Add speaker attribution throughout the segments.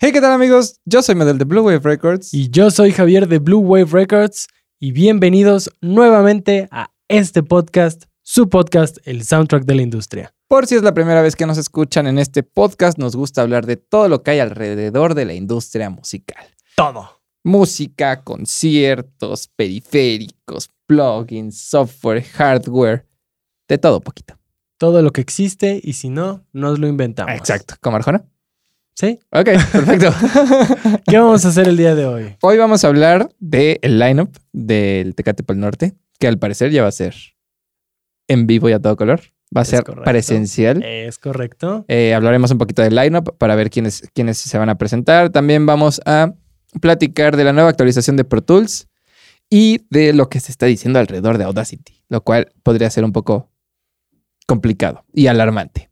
Speaker 1: Hey, ¿qué tal amigos? Yo soy Medel de Blue Wave Records.
Speaker 2: Y yo soy Javier de Blue Wave Records y bienvenidos nuevamente a este podcast, su podcast, el soundtrack de la industria.
Speaker 1: por si es la primera vez que nos escuchan en este podcast, nos gusta hablar de todo lo que hay alrededor de la industria musical.
Speaker 2: Todo.
Speaker 1: Música, conciertos, periféricos, plugins, software, hardware, de todo poquito.
Speaker 2: Todo lo que existe y si no, nos lo inventamos.
Speaker 1: Exacto. ¿Como Arjona?
Speaker 2: ¿Sí?
Speaker 1: Ok, perfecto.
Speaker 2: ¿Qué vamos a hacer el día de hoy?
Speaker 1: Hoy vamos a hablar del lineup del Tecate Pal Norte, que al parecer ya va a ser en vivo y a todo color. Va a
Speaker 2: Es
Speaker 1: ser
Speaker 2: correcto.
Speaker 1: presencial.
Speaker 2: ¿Es correcto?
Speaker 1: Eh, hablaremos un poquito del lineup para ver quiénes, quiénes se van a presentar. También vamos a platicar de la nueva actualización de Pro Tools y de lo que se está diciendo alrededor de Audacity, lo cual podría ser un poco complicado y alarmante,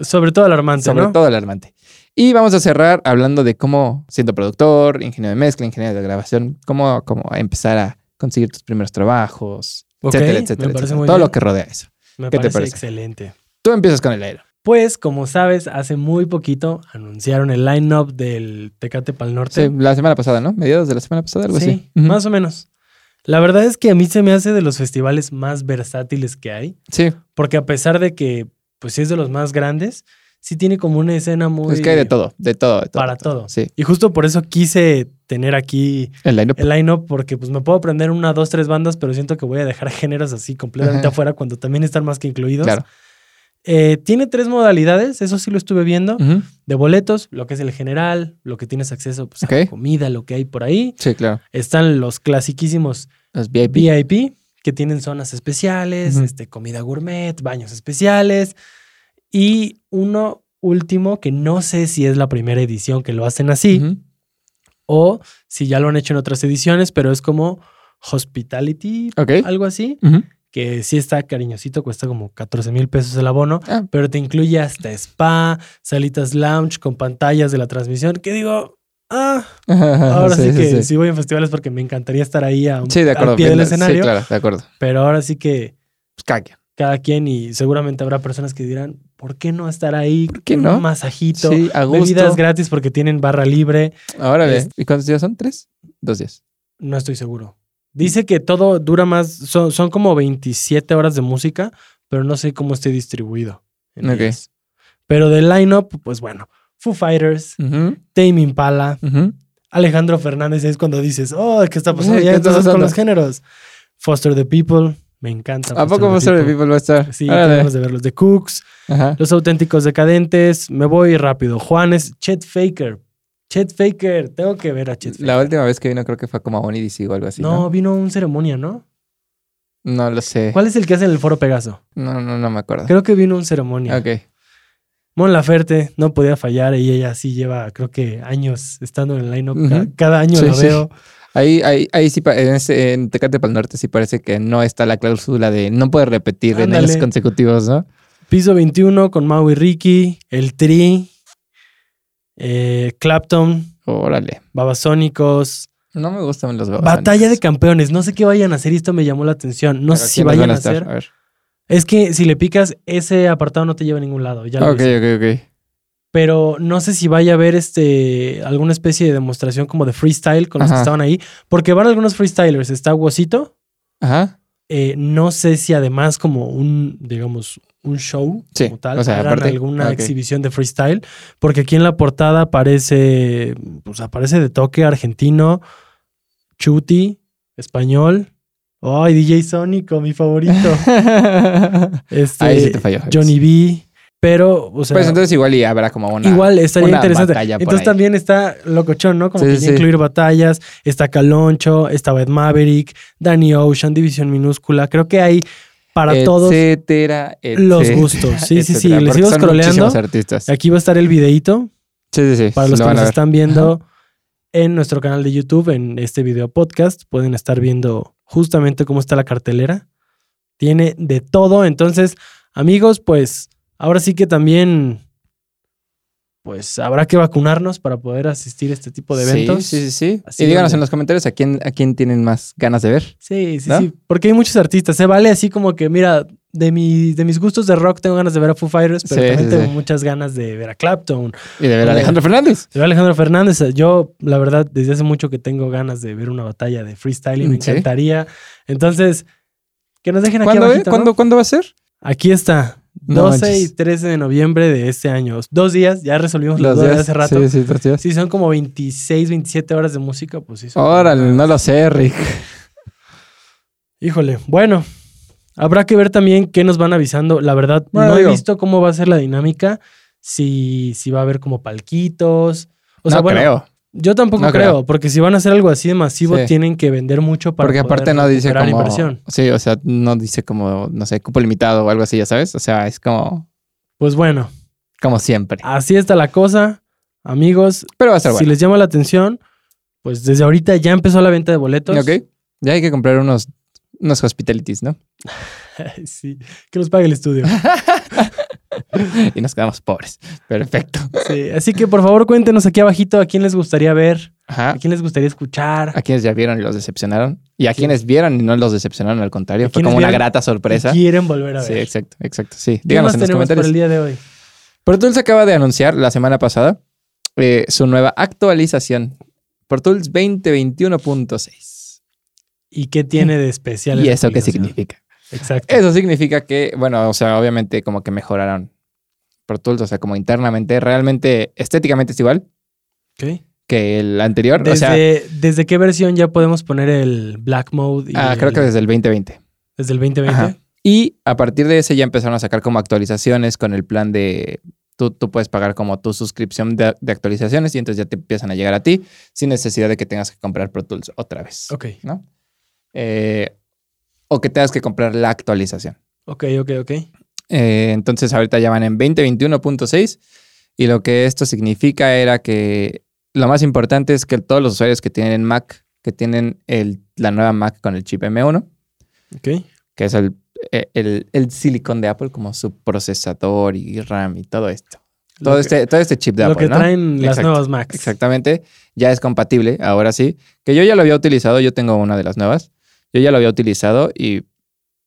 Speaker 2: Sobre todo alarmante,
Speaker 1: sobre
Speaker 2: ¿no?
Speaker 1: todo alarmante. Y vamos a cerrar hablando de cómo, siendo productor, ingeniero de mezcla, ingeniero de grabación, cómo, cómo empezar a conseguir tus primeros trabajos,
Speaker 2: Ok,
Speaker 1: etcétera,
Speaker 2: me
Speaker 1: etcétera,
Speaker 2: parece
Speaker 1: etcétera.
Speaker 2: muy
Speaker 1: Todo
Speaker 2: bien.
Speaker 1: lo que rodea eso.
Speaker 2: Me
Speaker 1: ¿Qué te
Speaker 2: parece,
Speaker 1: parece?
Speaker 2: excelente.
Speaker 1: Tú empiezas con el aire.
Speaker 2: Pues, como sabes, hace muy poquito anunciaron el line-up del Tecate Pal Norte.
Speaker 1: Sí, la semana pasada, ¿no? Mediados de la semana pasada, algo así.
Speaker 2: Sí,
Speaker 1: Ujú.
Speaker 2: más o menos. La verdad es que a mí se me hace de los festivales más versátiles que hay.
Speaker 1: Sí,
Speaker 2: Porque a pesar de que, pues sí es de los más grandes, sí tiene como una escena muy...
Speaker 1: Es que hay de todo, de todo, de todo.
Speaker 2: Para
Speaker 1: de todo.
Speaker 2: todo.
Speaker 1: Sí,
Speaker 2: Y justo por eso quise tener aquí
Speaker 1: el line-up.
Speaker 2: el line-up, porque pues me puedo aprender una, dos, tres bandas, pero siento que voy a dejar géneros así completamente
Speaker 1: Ajá.
Speaker 2: afuera cuando también están más que incluidos.
Speaker 1: Claro.
Speaker 2: Eh, tiene tres modalidades, eso sí lo estuve viendo,
Speaker 1: Ujú.
Speaker 2: de boletos, lo que es el general, lo que tienes acceso pues, a
Speaker 1: Ok.
Speaker 2: la comida, lo que hay por ahí.
Speaker 1: Sí, claro.
Speaker 2: Están los clasiquísimos
Speaker 1: Los VIP.
Speaker 2: VIP, que tienen zonas especiales,
Speaker 1: Ujú.
Speaker 2: este, comida gourmet, baños especiales. Y uno último, que no sé si es la primera edición que lo hacen así,
Speaker 1: Ujú.
Speaker 2: o si ya lo han hecho en otras ediciones, pero es como hospitality,
Speaker 1: Ok.
Speaker 2: algo así,
Speaker 1: Ujú.
Speaker 2: que sí está cariñosito, cuesta como 14 mil pesos el abono,
Speaker 1: Ah,
Speaker 2: pero te incluye hasta spa, salitas lounge con pantallas de la transmisión, que digo, ah, ahora sí, que sí. voy a festivales porque me encantaría estar ahí a,
Speaker 1: Sí, de acuerdo.
Speaker 2: al pie del
Speaker 1: viendo- Sí,
Speaker 2: escenario.
Speaker 1: claro, de acuerdo.
Speaker 2: Pero ahora sí que
Speaker 1: Pues cada quien.
Speaker 2: cada quien y seguramente habrá personas que dirán, ¿por qué no estar ahí? ¿Por
Speaker 1: qué no?
Speaker 2: Un masajito,
Speaker 1: Sí, a gusto.
Speaker 2: bebidas gratis Este, porque tienen barra libre.
Speaker 1: Órale.
Speaker 2: Es-
Speaker 1: ¿Y cuántos días son? ¿Tres? Dos días.
Speaker 2: No estoy seguro. Dice que todo dura más, son, son como 27 horas de música, pero no sé cómo esté distribuido. en
Speaker 1: Ok.
Speaker 2: días. Pero del line-up, pues bueno, Foo Fighters,
Speaker 1: Ujú,
Speaker 2: Tame Impala,
Speaker 1: ujú.
Speaker 2: Alejandro Fernández, es cuando dices, oh, ¿qué está pasando?
Speaker 1: Sí,
Speaker 2: ya
Speaker 1: ¿qué está
Speaker 2: entonces con
Speaker 1: pasando?
Speaker 2: los géneros. Foster the People, me encanta.
Speaker 1: ¿A poco Foster the People va a estar?
Speaker 2: Sí,
Speaker 1: Órale.
Speaker 2: tengo ganas de verlos. The Cooks,
Speaker 1: Ajá.
Speaker 2: Los auténticos decadentes. Me voy rápido. Juanes, Chet Faker. Chet Faker. Tengo que ver a Chet Faker.
Speaker 1: La última vez que vino creo que fue como a Onidis o algo así.
Speaker 2: no,
Speaker 1: No,
Speaker 2: vino un ceremonia, ¿no?
Speaker 1: no, lo sé.
Speaker 2: ¿Cuál es el que hace en el Foro Pegaso?
Speaker 1: No, no, no me acuerdo.
Speaker 2: Creo que vino un ceremonia.
Speaker 1: Ah. Ok.
Speaker 2: Mon Laferte no podía fallar y ella sí lleva, creo que años estando en el lineup.
Speaker 1: Ujú.
Speaker 2: Ca- Cada año
Speaker 1: Sí,
Speaker 2: la
Speaker 1: sí.
Speaker 2: veo.
Speaker 1: Ahí, ahí, ahí sí, pa- en, ese- en Tecate Pal Norte sí parece que no está la cláusula de no puedes repetir en
Speaker 2: Ándale.
Speaker 1: años consecutivos, ¿no?
Speaker 2: Piso 21 con Mau y Ricky, El Tri, eh, Clapton,
Speaker 1: Órale.
Speaker 2: Babasónicos,
Speaker 1: No me gustan los babasónicos.
Speaker 2: Batalla de Campeones. No sé qué vayan a hacer y esto me llamó la atención. No
Speaker 1: Pero
Speaker 2: sé si
Speaker 1: ¿quiénes van
Speaker 2: vayan a
Speaker 1: estar?
Speaker 2: hacer.
Speaker 1: A ver.
Speaker 2: Es que si le picas, ese apartado no te lleva a ningún lado, ya lo
Speaker 1: Ok,
Speaker 2: hice.
Speaker 1: ok, ok.
Speaker 2: Pero no sé si vaya a haber este alguna especie de demostración como de freestyle con los
Speaker 1: Ajá.
Speaker 2: que estaban ahí. Porque van algunos freestylers. Está Wosito.
Speaker 1: Ajá.
Speaker 2: eh, no sé si además como un, digamos, un show
Speaker 1: Sí,
Speaker 2: como tal,
Speaker 1: o sea,
Speaker 2: hagan
Speaker 1: aparte-
Speaker 2: alguna
Speaker 1: ah, ok.
Speaker 2: exhibición de freestyle. Porque aquí en la portada aparece, pues aparece de toque argentino, chuti, español. Ay, DJ Sónico, mi favorito. Este,
Speaker 1: Ahí sí te falló. Javis.
Speaker 2: Johnny B. Pero, o sea,
Speaker 1: Pues entonces igual y habrá como una.
Speaker 2: igual estaría
Speaker 1: una
Speaker 2: interesante.
Speaker 1: batalla por
Speaker 2: Entonces
Speaker 1: ahí.
Speaker 2: también está Locochón, ¿no? Como
Speaker 1: Sí,
Speaker 2: que
Speaker 1: sí,
Speaker 2: ya
Speaker 1: sí.
Speaker 2: incluir batallas. Está Caloncho, está Bad Maverick, Danny Ocean, División Minúscula. Creo que hay para todos
Speaker 1: Etcétera,
Speaker 2: los
Speaker 1: etcétera,
Speaker 2: gustos. Sí, sí, sí.
Speaker 1: Eh, etcétera,
Speaker 2: Les
Speaker 1: porque
Speaker 2: sigo
Speaker 1: son muchísimos
Speaker 2: scrolleando.
Speaker 1: artistas. Sí,
Speaker 2: Aquí va a estar el videíto
Speaker 1: sí, sí.
Speaker 2: para los
Speaker 1: lo
Speaker 2: que
Speaker 1: van a
Speaker 2: nos
Speaker 1: ver.
Speaker 2: están viendo en nuestro canal de YouTube, en este video podcast. Pueden estar viendo justamente cómo está la cartelera. Tiene de todo. Entonces, amigos, pues ahora sí que también, pues habrá que vacunarnos para poder asistir a este tipo de
Speaker 1: Sí,
Speaker 2: eventos.
Speaker 1: Sí, sí, sí.
Speaker 2: Así
Speaker 1: y díganos
Speaker 2: donde-
Speaker 1: en los comentarios a quién, a quién tienen más ganas de ver.
Speaker 2: Sí, sí,
Speaker 1: ¿No?
Speaker 2: sí, porque hay muchos artistas, se vale así como que, mira, de, mi- de mis gustos de rock tengo ganas de ver a Foo Fighters, pero
Speaker 1: Sí,
Speaker 2: también
Speaker 1: sí,
Speaker 2: tengo
Speaker 1: sí.
Speaker 2: muchas ganas de ver a Clapton,
Speaker 1: Y de ver a
Speaker 2: Oye.
Speaker 1: Alejandro Fernández.
Speaker 2: de ver a Alejandro Fernández. Yo, la verdad, desde hace mucho que tengo ganas de ver una batalla de freestyle y me
Speaker 1: Mm, sí.
Speaker 2: encantaría. Entonces, que nos dejen aquí
Speaker 1: ¿Cuándo, eh?
Speaker 2: abajito, ¿no?
Speaker 1: ¿Cuándo, ¿Cuándo va a ser?
Speaker 2: Aquí está.
Speaker 1: No
Speaker 2: 12
Speaker 1: manches.
Speaker 2: y 13 de noviembre de este año. Dos días, ya resolvimos los, dos de hace rato.
Speaker 1: Sí, sí, los días.
Speaker 2: Si son como 26, 27 horas de música, pues sí. son-
Speaker 1: Órale, no lo sé, Rick.
Speaker 2: Híjole, bueno. Habrá que ver también qué nos van avisando. La verdad,
Speaker 1: Bueno,
Speaker 2: no
Speaker 1: digo-
Speaker 2: he visto cómo va a ser la dinámica. Si, si va a haber como palquitos. O sea,
Speaker 1: no
Speaker 2: bueno,
Speaker 1: creo.
Speaker 2: yo tampoco
Speaker 1: No
Speaker 2: creo,
Speaker 1: creo.
Speaker 2: porque si van a hacer algo así de masivo,
Speaker 1: Sí.
Speaker 2: tienen que vender mucho para
Speaker 1: Porque aparte
Speaker 2: poder
Speaker 1: no dice
Speaker 2: recuperar
Speaker 1: como...
Speaker 2: inversión.
Speaker 1: Sí, o sea, no dice como, no sé, cupo limitado o algo así, ya sabes. O sea, es como,
Speaker 2: Pues bueno,
Speaker 1: como siempre.
Speaker 2: así está la cosa. Amigos,
Speaker 1: Pero va a ser
Speaker 2: Ah, si
Speaker 1: bueno.
Speaker 2: les llama la atención, pues desde ahorita ya empezó la venta de boletos.
Speaker 1: Ok. Ya hay que comprar unos, unos hospitalities, ¿no?
Speaker 2: sí, que nos pague el estudio.
Speaker 1: Y nos quedamos pobres. Perfecto.
Speaker 2: Sí, así que por favor cuéntenos aquí abajito a quién les gustaría ver,
Speaker 1: Ajá.
Speaker 2: a quién les gustaría escuchar,
Speaker 1: A quienes ya vieron y los decepcionaron. Y a
Speaker 2: Sí.
Speaker 1: quienes vieron y no los decepcionaron, al contrario.
Speaker 2: ¿A
Speaker 1: Fue
Speaker 2: quienes
Speaker 1: como una
Speaker 2: vieron?
Speaker 1: grata sorpresa.
Speaker 2: y quieren volver a
Speaker 1: Sí,
Speaker 2: ver.
Speaker 1: exacto, exacto. Sí,
Speaker 2: ¿Qué
Speaker 1: díganos
Speaker 2: más
Speaker 1: en los
Speaker 2: tenemos por
Speaker 1: comentarios.
Speaker 2: el día de hoy?
Speaker 1: Pro Tools acaba de anunciar la semana pasada eh, su nueva actualización. Pro Tools 2021.6.
Speaker 2: ¿Y qué tiene de especial?
Speaker 1: ¿Y
Speaker 2: esa
Speaker 1: eso qué
Speaker 2: actualización?
Speaker 1: significa? Eh,
Speaker 2: Exacto.
Speaker 1: Eso significa que, bueno, o sea, obviamente como que mejoraron Pro Tools, o sea, como internamente, realmente estéticamente es igual
Speaker 2: Ok.
Speaker 1: que el anterior.
Speaker 2: Desde,
Speaker 1: o sea,
Speaker 2: ¿Desde qué versión ya podemos poner el Black Mode? y
Speaker 1: ah, creo
Speaker 2: el-
Speaker 1: que desde el 2020.
Speaker 2: desde el 2020.
Speaker 1: Ajá. Y a partir de ese ya empezaron a sacar como actualizaciones con el plan de tú, tú puedes pagar como tu suscripción de, de actualizaciones y entonces ya te empiezan a llegar a ti sin necesidad de que tengas que comprar Pro Tools otra vez.
Speaker 2: Ok,
Speaker 1: ¿no? Eh, o que tengas que comprar la actualización.
Speaker 2: ok, ok, ok.
Speaker 1: Eh, entonces ahorita ya van en 2021.6 y lo que esto significa era que lo más importante es que todos los usuarios que tienen Mac, que tienen el- la nueva Mac con el chip M1,
Speaker 2: Ok,
Speaker 1: que es el, eh, el, el silicón de Apple como su procesador y RAM y todo esto. Todo,
Speaker 2: Lo que-
Speaker 1: este, todo este chip de
Speaker 2: Lo
Speaker 1: Apple,
Speaker 2: que
Speaker 1: ¿no?
Speaker 2: traen las
Speaker 1: Exacto,
Speaker 2: nuevas Macs.
Speaker 1: Exactamente. Ya es compatible, ahora sí. Que yo ya lo había utilizado, yo tengo una de las nuevas. Yo ya lo había utilizado y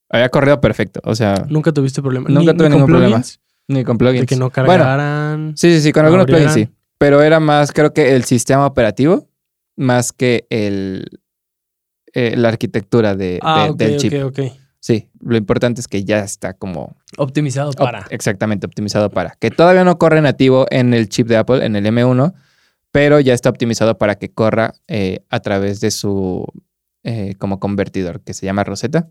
Speaker 1: había corrido perfecto. O sea,
Speaker 2: Nunca tuviste problema.
Speaker 1: Nunca tuve
Speaker 2: con
Speaker 1: ningún problema.
Speaker 2: plugins,
Speaker 1: ni con
Speaker 2: De
Speaker 1: plugins.
Speaker 2: que no
Speaker 1: Bueno,
Speaker 2: cargaran.
Speaker 1: sí, sí, sí, con algunos
Speaker 2: abrieran.
Speaker 1: plugins sí. Pero era más, creo que el sistema operativo más que el, eh, la arquitectura de,
Speaker 2: ah,
Speaker 1: de-
Speaker 2: ok,
Speaker 1: del chip.
Speaker 2: ok, ok.
Speaker 1: Sí, lo importante es que ya está como
Speaker 2: Optimizado
Speaker 1: Op-
Speaker 2: para.
Speaker 1: exactamente, optimizado para. Que todavía no corre nativo en el chip de Apple, en el M1, pero ya está optimizado para que corra eh, a través de su eh, como convertidor que se llama Rosetta.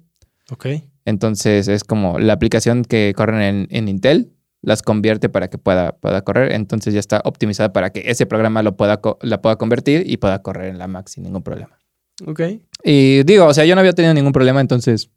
Speaker 2: Ok.
Speaker 1: Entonces es como la aplicación que corren en, en Intel las convierte para que pueda, pueda correr. Entonces ya está optimizada para que ese programa lo pueda co- la pueda convertir y pueda correr en la Mac sin ningún problema.
Speaker 2: Ok.
Speaker 1: Y digo, o sea, yo no había tenido ningún problema, entonces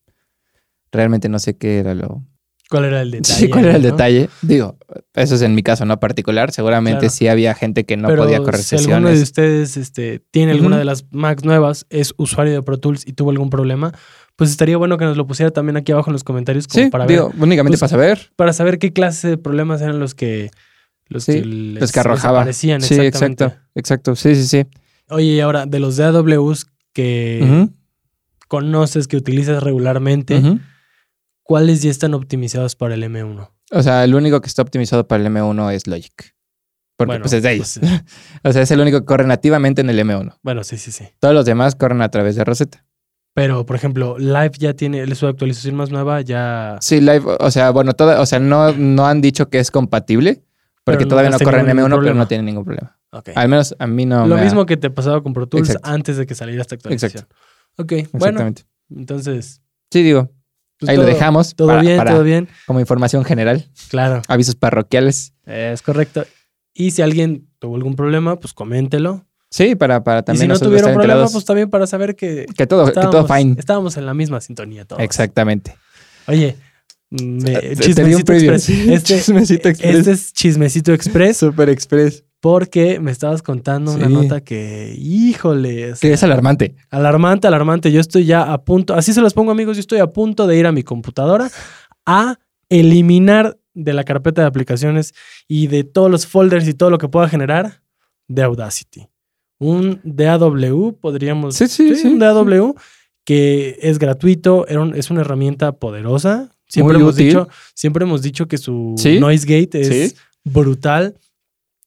Speaker 1: realmente no sé qué era lo,
Speaker 2: ¿Cuál era el detalle?
Speaker 1: Sí, ¿cuál era el
Speaker 2: ¿no?
Speaker 1: detalle? Digo, eso es en mi caso no particular. Seguramente
Speaker 2: Claro.
Speaker 1: sí había gente que no
Speaker 2: Pero
Speaker 1: podía correr
Speaker 2: si alguno de
Speaker 1: sesiones.
Speaker 2: ustedes este, tiene alguna
Speaker 1: Ujú.
Speaker 2: de las Macs nuevas, es usuario de Pro Tools y tuvo algún problema, pues estaría bueno que nos lo pusiera también aquí abajo en los comentarios como
Speaker 1: Sí,
Speaker 2: para,
Speaker 1: digo,
Speaker 2: ver,
Speaker 1: únicamente
Speaker 2: pues,
Speaker 1: para saber.
Speaker 2: para saber qué clase de problemas eran los que los
Speaker 1: Sí,
Speaker 2: que, les,
Speaker 1: Los pues, que arrojaba.
Speaker 2: aparecían.
Speaker 1: sí, exacto. Exacto. Sí, sí, sí.
Speaker 2: Oye, y ahora, de los DAWs que
Speaker 1: Ujú,
Speaker 2: conoces, que utilizas regularmente,
Speaker 1: ujú.
Speaker 2: ¿cuáles ya están optimizados para el M1?
Speaker 1: O sea, el único que está optimizado para el M1 es Logic. Porque
Speaker 2: Bueno,
Speaker 1: pues es de ellos.
Speaker 2: pues,
Speaker 1: o sea, es el único que corre nativamente en el M1.
Speaker 2: bueno, sí, sí, sí.
Speaker 1: Todos los demás corren a través de Rosetta.
Speaker 2: Pero, por ejemplo, Live ya tiene su actualización más nueva, ya.
Speaker 1: Sí, Live, o sea, bueno, toda, o sea, no, no han dicho que es compatible porque
Speaker 2: Pero no
Speaker 1: todavía
Speaker 2: has
Speaker 1: no corre en
Speaker 2: tenido
Speaker 1: M1,
Speaker 2: ningún
Speaker 1: pero
Speaker 2: problema.
Speaker 1: no tiene ningún problema.
Speaker 2: Ok.
Speaker 1: Al menos a mí Ah, no
Speaker 2: Lo
Speaker 1: me ha-
Speaker 2: mismo que te pasaba con Pro Tools
Speaker 1: Exacto.
Speaker 2: antes de que saliera esta actualización. Ok, bueno,
Speaker 1: Exactamente.
Speaker 2: entonces.
Speaker 1: Sí, digo,
Speaker 2: pues,
Speaker 1: Ahí
Speaker 2: todo-
Speaker 1: lo dejamos.
Speaker 2: Todo
Speaker 1: para-
Speaker 2: bien,
Speaker 1: para-
Speaker 2: todo bien.
Speaker 1: Como información general,
Speaker 2: Claro,
Speaker 1: avisos parroquiales.
Speaker 2: es correcto. Y si alguien tuvo algún problema, pues coméntelo.
Speaker 1: Sí, para, para
Speaker 2: Y
Speaker 1: también
Speaker 2: si no
Speaker 1: nosotros
Speaker 2: tuvieron
Speaker 1: estar
Speaker 2: problema,
Speaker 1: enterados.
Speaker 2: pues también para saber que
Speaker 1: que todo, que todo
Speaker 2: estábamos,
Speaker 1: fine.
Speaker 2: estábamos en la misma sintonía todos.
Speaker 1: Exactamente.
Speaker 2: Oye, me-
Speaker 1: Ah, Te- te di un
Speaker 2: chismecito
Speaker 1: preview.
Speaker 2: express. Este,
Speaker 1: Chismecito express.
Speaker 2: este es chismecito express
Speaker 1: Super Express.
Speaker 2: porque me estabas contando una
Speaker 1: Sí.
Speaker 2: nota que, híjole, o
Speaker 1: Que
Speaker 2: sea,
Speaker 1: es alarmante.
Speaker 2: Alarmante, alarmante. Yo estoy ya a punto, así se los pongo amigos, yo estoy a punto de ir a mi computadora a eliminar de la carpeta de aplicaciones y de todos los folders y todo lo que pueda generar de Audacity. Un DAW, podríamos
Speaker 1: Sí, sí, sí.
Speaker 2: un DAW que es gratuito, era un- es una herramienta poderosa Siempre,
Speaker 1: Muy
Speaker 2: hemos
Speaker 1: útil.
Speaker 2: dicho, siempre hemos dicho que su
Speaker 1: Sí.
Speaker 2: noise gate es
Speaker 1: Sí.
Speaker 2: brutal.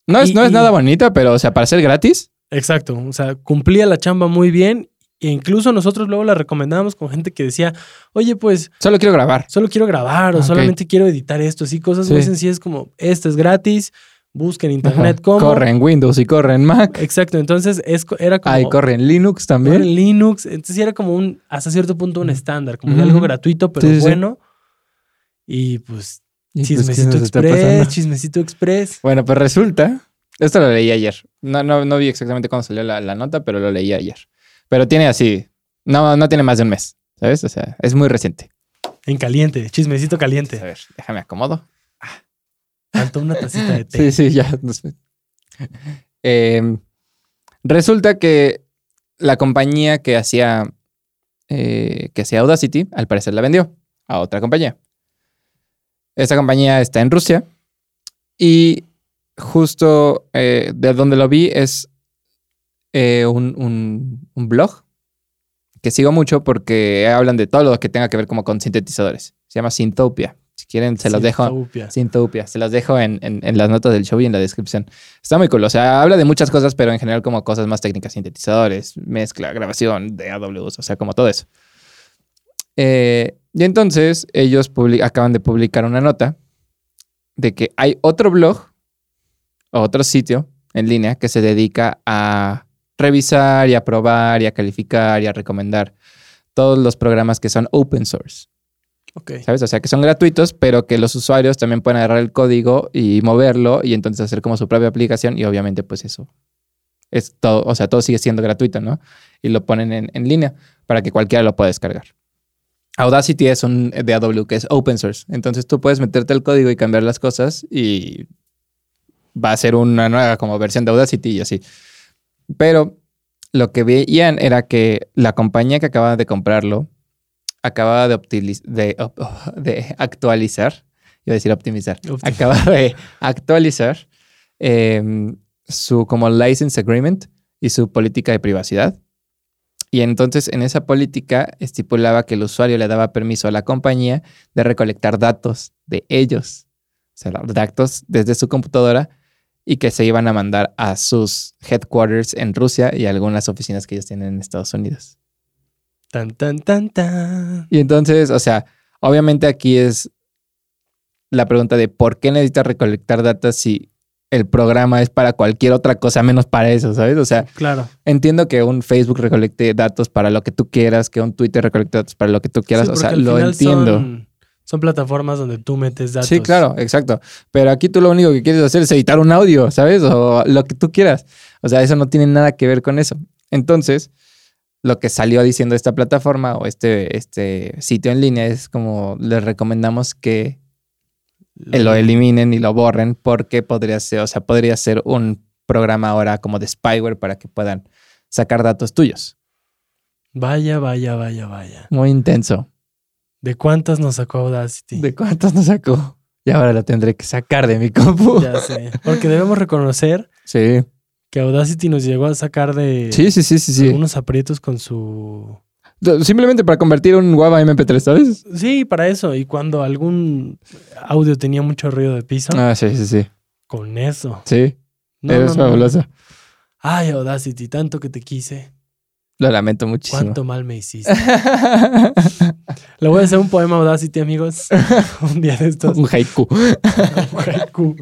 Speaker 1: No es,
Speaker 2: Y-
Speaker 1: no es
Speaker 2: y-
Speaker 1: nada bonita, pero, o sea, para ser gratis,
Speaker 2: Exacto. O sea, cumplía la chamba muy bien. E incluso nosotros luego la recomendábamos con gente que decía, oye, pues
Speaker 1: solo quiero grabar.
Speaker 2: solo quiero grabar o
Speaker 1: Ah, ok.
Speaker 2: solamente quiero editar esto. Así cosas muy
Speaker 1: Sí.
Speaker 2: sencillas como, esta es gratis, busca en internet
Speaker 1: Ajá.
Speaker 2: cómo.
Speaker 1: Corre en Windows y corre en Mac.
Speaker 2: Exacto. Entonces es, co- era como...
Speaker 1: Ahí corre en Linux
Speaker 2: corre
Speaker 1: también.
Speaker 2: en Linux. Entonces sí era como un, hasta cierto punto un estándar, como de
Speaker 1: Ujú.
Speaker 2: algo gratuito, pero
Speaker 1: Sí, sí, sí.
Speaker 2: bueno. Y pues
Speaker 1: Y, pues, ¿qué
Speaker 2: Chismecito
Speaker 1: nos está
Speaker 2: Express,
Speaker 1: pasando?
Speaker 2: Chismecito Express.
Speaker 1: Bueno, pues resulta, esto lo leí ayer. No, no, no vi exactamente cuándo salió la, la nota, pero lo leí ayer. Pero tiene así, no, no tiene más de un mes, ¿sabes? O sea, es muy reciente.
Speaker 2: En caliente, chismecito
Speaker 1: A
Speaker 2: caliente.
Speaker 1: ver, déjame acomodo.
Speaker 2: Tanto una tacita de té.
Speaker 1: Sí, sí, ya. no sé. Eh, resulta que la compañía que hacía eh, que hacía Audacity, al parecer la vendió a otra compañía. Esta compañía está en Rusia y justo eh, de donde lo vi es eh, un, un- un blog que sigo mucho porque hablan de todo lo que tenga que ver como con sintetizadores. Se llama Syntopia. Si quieren, se los dejo.
Speaker 2: Sintopia.
Speaker 1: Sintopia. Se las dejo en, en- en las notas del show y en la descripción. Está muy cool. O sea, habla de muchas cosas, pero en general como cosas más técnicas, sintetizadores, mezcla, grabación, de AWS, o sea, como todo eso. Eh, y entonces ellos publi- acaban de publicar una nota de que hay otro blog o otro sitio en línea que se dedica a revisar y a probar y a calificar y a recomendar todos los programas que son open source.
Speaker 2: Ok.
Speaker 1: ¿Sabes? O sea, que son gratuitos, pero que los usuarios también pueden agarrar el código y moverlo y entonces hacer como su propia aplicación y obviamente pues eso es todo, o sea, todo sigue siendo gratuito, ¿no? Y lo ponen en, en línea para que cualquiera lo pueda descargar. Audacity es un de AW que es open source, entonces tú puedes meterte el código y cambiar las cosas y va a ser una nueva como versión de Audacity y así. Pero lo que veían era que la compañía que acaba de comprarlo acababa de, optili- de, op- de actualizar, iba a decir optimizar,
Speaker 2: Optim-
Speaker 1: acaba de actualizar eh, su como license agreement y su política de privacidad. Y entonces en esa política estipulaba que el usuario le daba permiso a la compañía de recolectar datos de ellos, o sea, los datos desde su computadora y que se iban a mandar a sus headquarters en Rusia y algunas oficinas que ellos tienen en Estados Unidos.
Speaker 2: Tan, tan, tan, tan.
Speaker 1: Y entonces, o sea, obviamente aquí es la pregunta de por qué necesitas recolectar datos si el programa es para cualquier otra cosa menos para eso, ¿sabes? O sea,
Speaker 2: Claro.
Speaker 1: entiendo que un Facebook recolecte datos para lo que tú quieras, que un Twitter recolecte datos para lo que tú quieras,
Speaker 2: Sí,
Speaker 1: o
Speaker 2: porque
Speaker 1: sea,
Speaker 2: al
Speaker 1: lo
Speaker 2: final
Speaker 1: entiendo.
Speaker 2: Son, son plataformas donde tú metes datos.
Speaker 1: Sí, claro, exacto. Pero aquí tú lo único que quieres hacer es editar un audio, ¿sabes? O lo que tú quieras. O sea, eso no tiene nada que ver con eso. Entonces, lo que salió diciendo esta plataforma o este, este sitio en línea es como les recomendamos que lo eliminen y lo borren porque podría ser, o sea, podría ser un programa ahora como de spyware para que puedan sacar datos tuyos.
Speaker 2: Vaya, vaya, vaya, vaya.
Speaker 1: Muy intenso.
Speaker 2: ¿De cuántas nos sacó Audacity?
Speaker 1: ¿De cuántos nos sacó? Y ahora lo tendré que sacar de mi compu.
Speaker 2: Ya sé. Porque debemos reconocer
Speaker 1: Sí.
Speaker 2: que Audacity nos llegó a sacar de
Speaker 1: Sí, sí, sí, sí, sí.
Speaker 2: unos aprietos con su
Speaker 1: Simplemente para convertir un WAV a MP3, ¿sabes?
Speaker 2: Sí, para eso. Y cuando algún audio tenía mucho ruido de piso,
Speaker 1: Ah, sí, sí, sí.
Speaker 2: con eso.
Speaker 1: Sí,
Speaker 2: No,
Speaker 1: eres
Speaker 2: no, no, no.
Speaker 1: fabulosa.
Speaker 2: Ay, Audacity, tanto que te quise.
Speaker 1: Lo lamento muchísimo.
Speaker 2: Cuánto mal me hiciste. Le voy a hacer un poema a Audacity, amigos. un día de estos.
Speaker 1: un haiku.
Speaker 2: un haiku.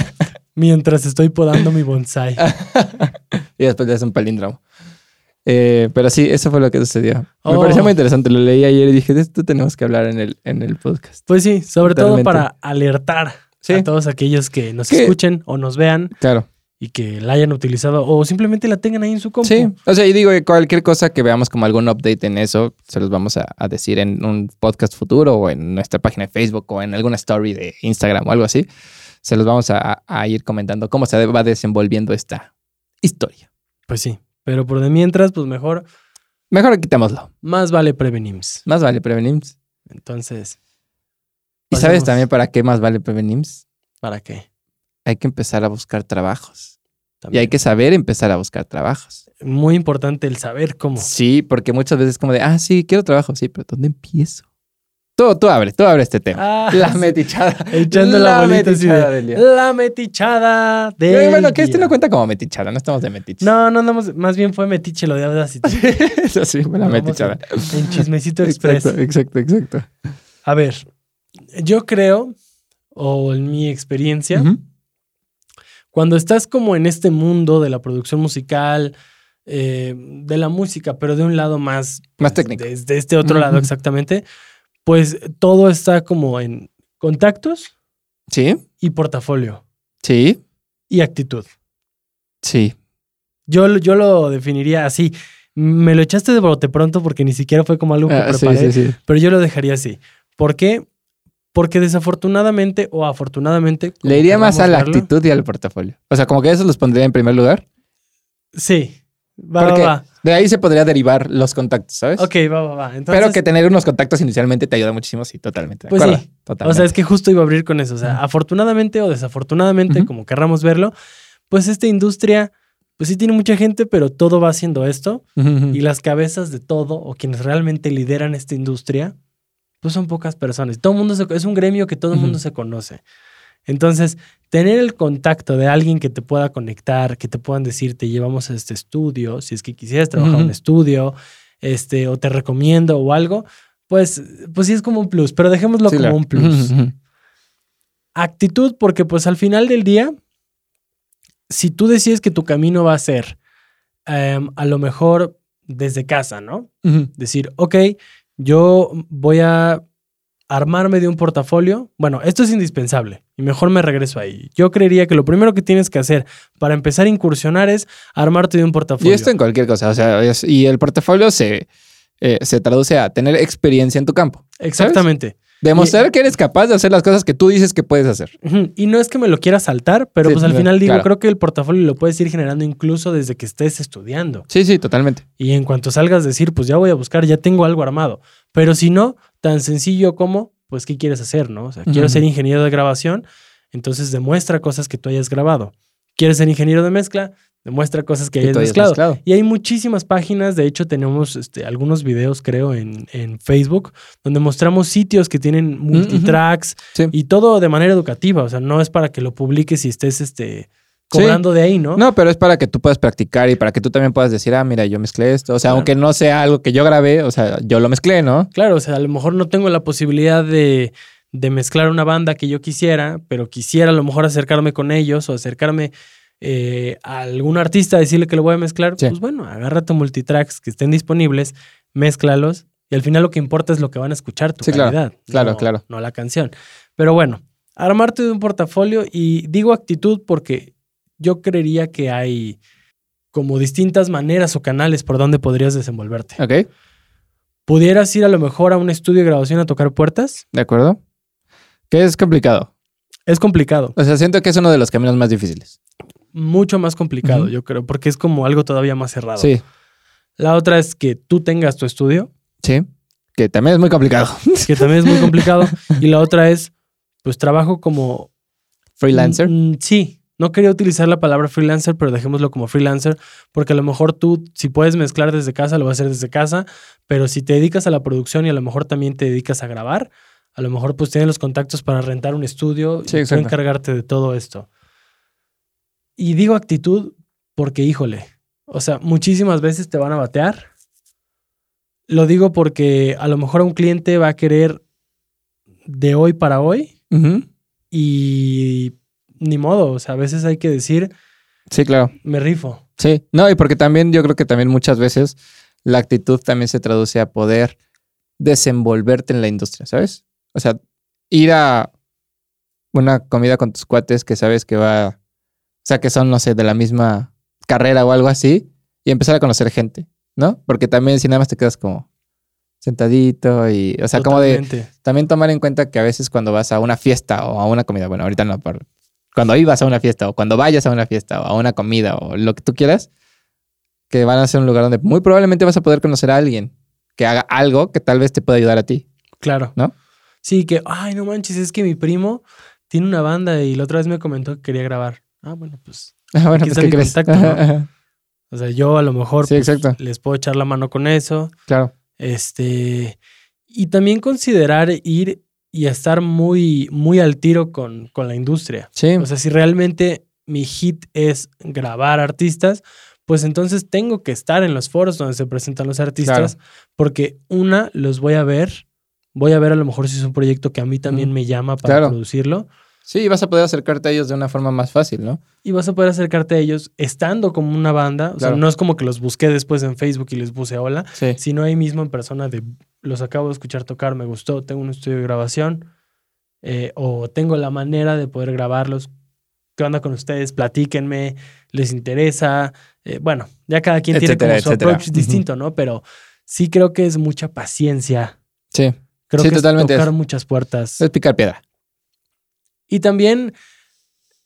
Speaker 2: Mientras estoy podando mi bonsai.
Speaker 1: Ah. Y después le haces un palíndromo. Eh, pero sí, eso fue lo que sucedió. Me
Speaker 2: Oh.
Speaker 1: pareció muy interesante. Lo leí ayer y dije, de esto tenemos que hablar en el, en el podcast.
Speaker 2: Pues sí, sobre todo
Speaker 1: Totalmente.
Speaker 2: para alertar
Speaker 1: Sí.
Speaker 2: a todos aquellos que nos
Speaker 1: Que-
Speaker 2: escuchen o nos vean
Speaker 1: Claro.
Speaker 2: y que la hayan utilizado o simplemente la tengan ahí en su compu.
Speaker 1: Sí. O sea, y digo, que cualquier cosa que veamos como algún update en eso, se los vamos a, a decir en un podcast futuro o en nuestra página de Facebook o en alguna story de Instagram o algo así. Se los vamos a- a- a ir comentando cómo se va desenvolviendo esta historia.
Speaker 2: Pues sí. Pero por de mientras, pues mejor,
Speaker 1: Mejor quitémoslo.
Speaker 2: más vale prevenims.
Speaker 1: Más vale prevenims.
Speaker 2: Entonces,
Speaker 1: ¿Y sabes
Speaker 2: Pasemos.
Speaker 1: también para qué más vale prevenims?
Speaker 2: ¿para qué?
Speaker 1: Hay que empezar a buscar trabajos. Y
Speaker 2: También.
Speaker 1: hay que saber empezar a buscar trabajos.
Speaker 2: Muy importante el saber cómo.
Speaker 1: Sí, porque muchas veces es como de, ah, sí, quiero trabajo, sí, pero ¿dónde empiezo? Tú, tú abre, tú abre este tema.
Speaker 2: Ah,
Speaker 1: La metichada.
Speaker 2: echando la, bolita así
Speaker 1: metichada
Speaker 2: de,
Speaker 1: del día.
Speaker 2: La metichada
Speaker 1: Y
Speaker 2: de.
Speaker 1: bueno, que este no cuenta como metichada, no estamos de metiche.
Speaker 2: No, no andamos. Más bien fue metiche lo de Audacity.
Speaker 1: Eso sí, fue la
Speaker 2: Vamos
Speaker 1: metichada.
Speaker 2: En, en Chismecito Express.
Speaker 1: Exacto, exacto, exacto.
Speaker 2: A ver, yo creo, o en mi experiencia,
Speaker 1: Ujú.
Speaker 2: cuando estás como en este mundo de la producción musical, eh, de la música, pero de un lado más...
Speaker 1: Más
Speaker 2: pues,
Speaker 1: técnico.
Speaker 2: de- de este otro lado
Speaker 1: Ujú.
Speaker 2: exactamente, pues todo está como en contactos
Speaker 1: Sí,
Speaker 2: y portafolio
Speaker 1: sí,
Speaker 2: y actitud.
Speaker 1: sí.
Speaker 2: Yo, lo- yo lo definiría así. Me lo echaste de bote pronto porque ni siquiera fue como algo que
Speaker 1: Ah, sí,
Speaker 2: preparé.
Speaker 1: sí, sí.
Speaker 2: Pero yo lo dejaría así. ¿Por qué? Porque desafortunadamente o afortunadamente. como
Speaker 1: Le iría más a la
Speaker 2: queramos verlo-
Speaker 1: actitud y al portafolio. O sea, como que eso los pondría en primer lugar.
Speaker 2: Sí. Va,
Speaker 1: Porque-
Speaker 2: va, va.
Speaker 1: De ahí se podría derivar los contactos, ¿sabes?
Speaker 2: Ok, va, va, va. Entonces,
Speaker 1: Pero que tener unos contactos inicialmente te ayuda muchísimo, sí, totalmente. de
Speaker 2: Pues
Speaker 1: acuerdo,
Speaker 2: sí.
Speaker 1: Totalmente.
Speaker 2: O sea, es que justo iba a abrir con eso. O sea,
Speaker 1: Ujú.
Speaker 2: afortunadamente o desafortunadamente,
Speaker 1: Ujú.
Speaker 2: como querramos verlo, pues esta industria, pues sí tiene mucha gente, pero todo va haciendo esto.
Speaker 1: Ujú, ujú.
Speaker 2: Y las cabezas de todo o quienes realmente lideran esta industria, pues son pocas personas. Todo mundo se- es un gremio que todo el
Speaker 1: Ujú.
Speaker 2: mundo se conoce. Entonces, tener el contacto de alguien que te pueda conectar, que te puedan decir, te llevamos a este estudio, si es que quisieras trabajar en
Speaker 1: Ujú.
Speaker 2: un estudio, este, o te recomiendo o algo, pues, pues sí es como un plus, pero dejémoslo
Speaker 1: Sí,
Speaker 2: como
Speaker 1: claro.
Speaker 2: un plus.
Speaker 1: Ujú, ujú.
Speaker 2: Actitud, porque pues al final del día, si tú decides que tu camino va a ser, em, a lo mejor desde casa, ¿no?
Speaker 1: Ujú.
Speaker 2: decir, ok, yo voy a armarme de un portafolio. Bueno, esto es indispensable y mejor me regreso ahí. Yo creería que lo primero que tienes que hacer para empezar a incursionar es armarte de un
Speaker 1: Y este,
Speaker 2: portafolio.
Speaker 1: esto en cualquier cosa. O sea, es- y el portafolio se, eh, se traduce a tener experiencia en tu campo.
Speaker 2: Exactamente.
Speaker 1: Demostrar que eres capaz de hacer las cosas que tú dices que puedes hacer.
Speaker 2: Ujú. Y no es que me lo quiera saltar, pero
Speaker 1: Sí,
Speaker 2: pues al
Speaker 1: claro,
Speaker 2: final digo,
Speaker 1: claro.
Speaker 2: creo que el portafolio lo puedes ir generando incluso desde que estés estudiando.
Speaker 1: Sí, sí, totalmente.
Speaker 2: Y en cuanto salgas decir, pues ya voy a buscar, ya tengo algo armado. Pero si no, tan sencillo como, pues, ¿qué quieres hacer, no? O sea, quiero
Speaker 1: Ujú.
Speaker 2: ser ingeniero de grabación, entonces demuestra cosas que tú hayas grabado. ¿Quieres ser ingeniero de mezcla? Demuestra cosas que
Speaker 1: Que
Speaker 2: hayas
Speaker 1: tú hayas
Speaker 2: mezclado.
Speaker 1: mezclado.
Speaker 2: Y hay muchísimas páginas, de hecho tenemos este, algunos videos creo en, en Facebook, donde mostramos sitios que tienen multitracks
Speaker 1: Sí.
Speaker 2: y todo de manera educativa, o sea, no es para que lo publiques y estés este, cobrando de ahí, ¿no?
Speaker 1: No, pero es para que tú puedas practicar y para que tú también puedas decir, ah, mira, yo mezclé esto. O sea,
Speaker 2: Claro.
Speaker 1: aunque no sea algo que yo grabé, o sea, yo lo mezclé, ¿no?
Speaker 2: Claro, o sea, a lo mejor no tengo la posibilidad de, de mezclar una banda que yo quisiera, pero quisiera a lo mejor acercarme con ellos o acercarme eh, a algún artista, decirle que lo voy a mezclar.
Speaker 1: Sí.
Speaker 2: Pues bueno, agárrate multitracks que estén disponibles, mézclalos y al final lo que importa es lo que van a escuchar, tu
Speaker 1: Sí, claro,
Speaker 2: calidad.
Speaker 1: claro,
Speaker 2: no-
Speaker 1: claro.
Speaker 2: No la canción. Pero bueno, armarte de un portafolio y digo actitud porque yo creería que hay como distintas maneras o canales por donde podrías desenvolverte.
Speaker 1: Ok,
Speaker 2: ¿Pudieras ir a lo mejor a un estudio de grabación a tocar puertas?
Speaker 1: de acuerdo. Que es complicado.
Speaker 2: Es complicado,
Speaker 1: O sea, siento que es uno de los caminos más difíciles.
Speaker 2: mucho más complicado,
Speaker 1: Ujú.
Speaker 2: yo creo, porque es como algo todavía más cerrado.
Speaker 1: Sí,
Speaker 2: La otra es que tú tengas tu estudio,
Speaker 1: sí. Que también es muy complicado.
Speaker 2: que también es muy complicado. y la otra es, pues trabajo como...
Speaker 1: Freelancer.
Speaker 2: Mm, mm, sí, no quería utilizar la palabra freelancer, pero dejémoslo como freelancer, porque a lo mejor tú, si puedes mezclar desde casa, lo vas a hacer desde casa, pero si te dedicas a la producción y a lo mejor también te dedicas a grabar, a lo mejor pues tienes los contactos para rentar un estudio
Speaker 1: Sí,
Speaker 2: y tú
Speaker 1: exacto.
Speaker 2: encargarte de todo esto. Y digo actitud porque, híjole, o sea, muchísimas veces te van a batear. Lo digo porque a lo mejor un cliente va a querer de hoy para hoy
Speaker 1: Ujú.
Speaker 2: y ni modo, o sea, a veces hay que decir,
Speaker 1: Sí, claro.
Speaker 2: me rifo.
Speaker 1: Sí, no, y porque también yo creo que también muchas veces la actitud también se traduce a poder desenvolverte en la industria, ¿sabes? O sea, ir a una comida con tus cuates que sabes que va, o sea, que son, no sé, de la misma carrera o algo así, y empezar a conocer gente, ¿no? Porque también si nada más te quedas como sentadito y, o sea, como de,
Speaker 2: Totalmente.
Speaker 1: también tomar en cuenta que a veces cuando vas a una fiesta o a una comida, bueno, ahorita no, pero cuando ibas a una fiesta o cuando vayas a una fiesta o a una comida o lo que tú quieras, que van a ser un lugar donde muy probablemente vas a poder conocer a alguien que haga algo que tal vez te pueda ayudar a ti.
Speaker 2: Claro.
Speaker 1: ¿No?
Speaker 2: Sí, que, ay, no manches, es que mi primo tiene una banda y la otra vez me comentó que quería grabar. Ah, bueno, pues,
Speaker 1: Ah, bueno,
Speaker 2: Aquí
Speaker 1: pues
Speaker 2: está
Speaker 1: ¿qué
Speaker 2: mi
Speaker 1: crees?
Speaker 2: contacto,
Speaker 1: Ajá,
Speaker 2: ¿no?
Speaker 1: ajá.
Speaker 2: o sea, yo a lo mejor
Speaker 1: Sí,
Speaker 2: pues,
Speaker 1: exacto.
Speaker 2: les puedo echar la mano con eso.
Speaker 1: Claro.
Speaker 2: Este, Y también considerar ir y estar muy, muy al tiro con, con la industria.
Speaker 1: Sí.
Speaker 2: O sea, si realmente mi hit es grabar artistas, pues entonces tengo que estar en los foros donde se presentan los artistas, porque una, los voy a ver, voy a ver a lo mejor si es un proyecto que a mí también
Speaker 1: Mm.
Speaker 2: me llama para
Speaker 1: Claro.
Speaker 2: producirlo,
Speaker 1: sí, vas a poder acercarte a ellos de una forma más fácil, ¿no?
Speaker 2: y vas a poder acercarte a ellos estando como una banda, o
Speaker 1: Claro.
Speaker 2: sea, no es como que los busqué después en Facebook y les puse hola,
Speaker 1: Sí.
Speaker 2: sino ahí mismo en persona de los acabo de escuchar tocar, me gustó, tengo un estudio de grabación, eh, o tengo la manera de poder grabarlos. ¿Qué onda con ustedes? Platíquenme, les interesa. Eh, bueno, ya cada quien
Speaker 1: Etcétera,
Speaker 2: tiene como su
Speaker 1: etcétera.
Speaker 2: approach
Speaker 1: Ujú.
Speaker 2: distinto, ¿no? Pero sí creo que es mucha paciencia.
Speaker 1: Sí.
Speaker 2: Creo
Speaker 1: Sí,
Speaker 2: que
Speaker 1: totalmente
Speaker 2: es tocar
Speaker 1: es.
Speaker 2: muchas puertas.
Speaker 1: Es picar piedra.
Speaker 2: Y también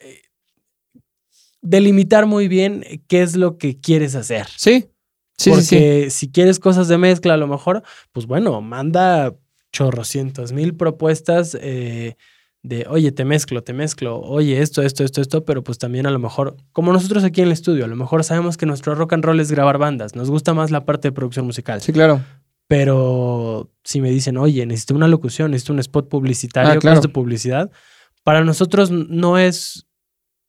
Speaker 2: eh, delimitar muy bien qué es lo que quieres hacer.
Speaker 1: Sí. Sí,
Speaker 2: Porque
Speaker 1: sí, sí.
Speaker 2: si quieres cosas de mezcla, a lo mejor, pues bueno, manda chorrocientos mil propuestas eh, de, oye, te mezclo, te mezclo, oye, esto, esto, esto, esto, pero pues también a lo mejor, como nosotros aquí en el estudio, a lo mejor sabemos que nuestro rock and roll es grabar bandas, nos gusta más la parte de producción musical,
Speaker 1: Sí, claro.
Speaker 2: pero si me dicen, oye, necesito una locución, necesito un spot publicitario,
Speaker 1: Ah, claro.
Speaker 2: costo de publicidad, para nosotros no es...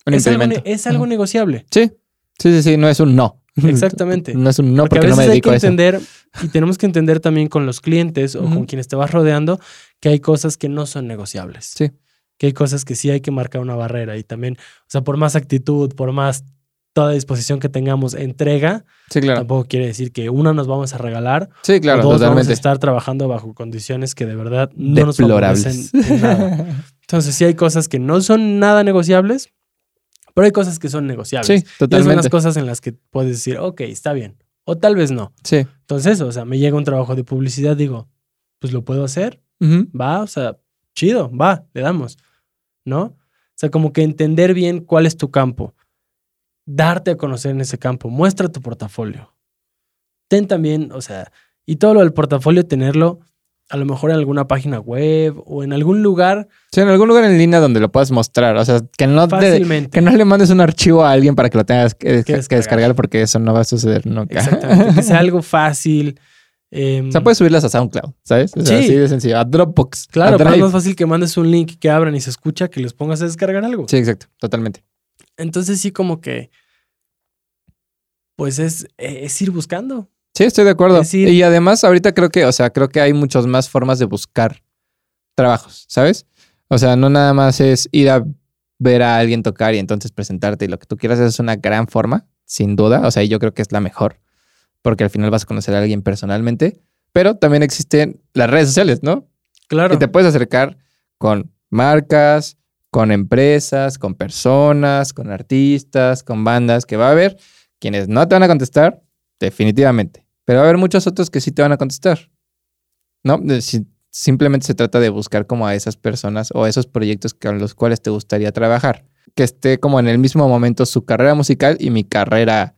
Speaker 1: Un
Speaker 2: es algo,
Speaker 1: impedimento.
Speaker 2: ne- es algo
Speaker 1: Ujú.
Speaker 2: negociable.
Speaker 1: Sí. Sí, sí, sí. No es un no.
Speaker 2: Exactamente.
Speaker 1: No es un no porque,
Speaker 2: a
Speaker 1: no
Speaker 2: veces
Speaker 1: me
Speaker 2: hay
Speaker 1: dedico
Speaker 2: que
Speaker 1: a eso.
Speaker 2: entender y tenemos que entender también con los clientes o con
Speaker 1: Ujú.
Speaker 2: quienes te vas rodeando que hay cosas que no son negociables.
Speaker 1: Sí.
Speaker 2: Que hay cosas que sí hay que marcar una barrera y también, o sea, por más actitud, por más toda disposición que tengamos, entrega,
Speaker 1: Sí, claro.
Speaker 2: tampoco quiere decir que una nos vamos a regalar
Speaker 1: Sí, claro,
Speaker 2: o dos vamos a
Speaker 1: totalmente.
Speaker 2: estar trabajando bajo condiciones que de verdad no nos favorecen
Speaker 1: Deplorables.
Speaker 2: en nada. Entonces, sí hay cosas que no son nada negociables, pero hay cosas que son negociables.
Speaker 1: sí,
Speaker 2: Y esas son
Speaker 1: totalmente.
Speaker 2: las cosas en las que puedes decir, ok, está bien, o tal vez no.
Speaker 1: Sí.
Speaker 2: Entonces, o sea, me llega un trabajo de publicidad, digo, pues lo puedo hacer,
Speaker 1: Ujú.
Speaker 2: va, o sea, chido, va, le damos, ¿no? O sea, como que entender bien cuál es tu campo, darte a conocer en ese campo, muestra tu portafolio. Ten también, o sea, y todo lo del portafolio, tenerlo a lo mejor en alguna página web o en algún lugar
Speaker 1: Sí, en algún lugar en línea donde lo puedas mostrar. O sea, que no, te-
Speaker 2: fácilmente.
Speaker 1: que no le mandes un archivo a alguien para que lo tengas que, que
Speaker 2: descargar.
Speaker 1: descargar. porque eso no va a suceder nunca.
Speaker 2: Exactamente, que sea algo fácil. em,
Speaker 1: O sea, puedes subirlas a SoundCloud, ¿sabes? O sea,
Speaker 2: Sí.
Speaker 1: Así de sencillo. A Dropbox.
Speaker 2: Claro,
Speaker 1: a
Speaker 2: pero es
Speaker 1: Drive.
Speaker 2: más fácil que mandes un link que abran y se escucha que les pongas a descargar algo.
Speaker 1: Sí, exacto. Totalmente.
Speaker 2: Entonces sí como que, pues es, es ir buscando.
Speaker 1: Sí, estoy de acuerdo.
Speaker 2: Es decir-
Speaker 1: y además, ahorita creo que, o sea, creo que hay muchas más formas de buscar trabajos, ¿sabes? O sea, no nada más es ir a ver a alguien tocar y entonces presentarte y lo que tú quieras es una gran forma, sin duda. O sea, y yo creo que es la mejor, porque al final vas a conocer a alguien personalmente, pero también existen las redes sociales, ¿no?
Speaker 2: Claro.
Speaker 1: Y te puedes acercar con marcas, con empresas, con personas, con artistas, con bandas, que va a haber quienes no te van a contestar, definitivamente. Pero va a haber muchos otros que sí te van a contestar. ¿No? De- si- simplemente se trata de buscar como a esas personas o a esos proyectos con los cuales te gustaría trabajar. Que esté como en el mismo momento su carrera musical y mi carrera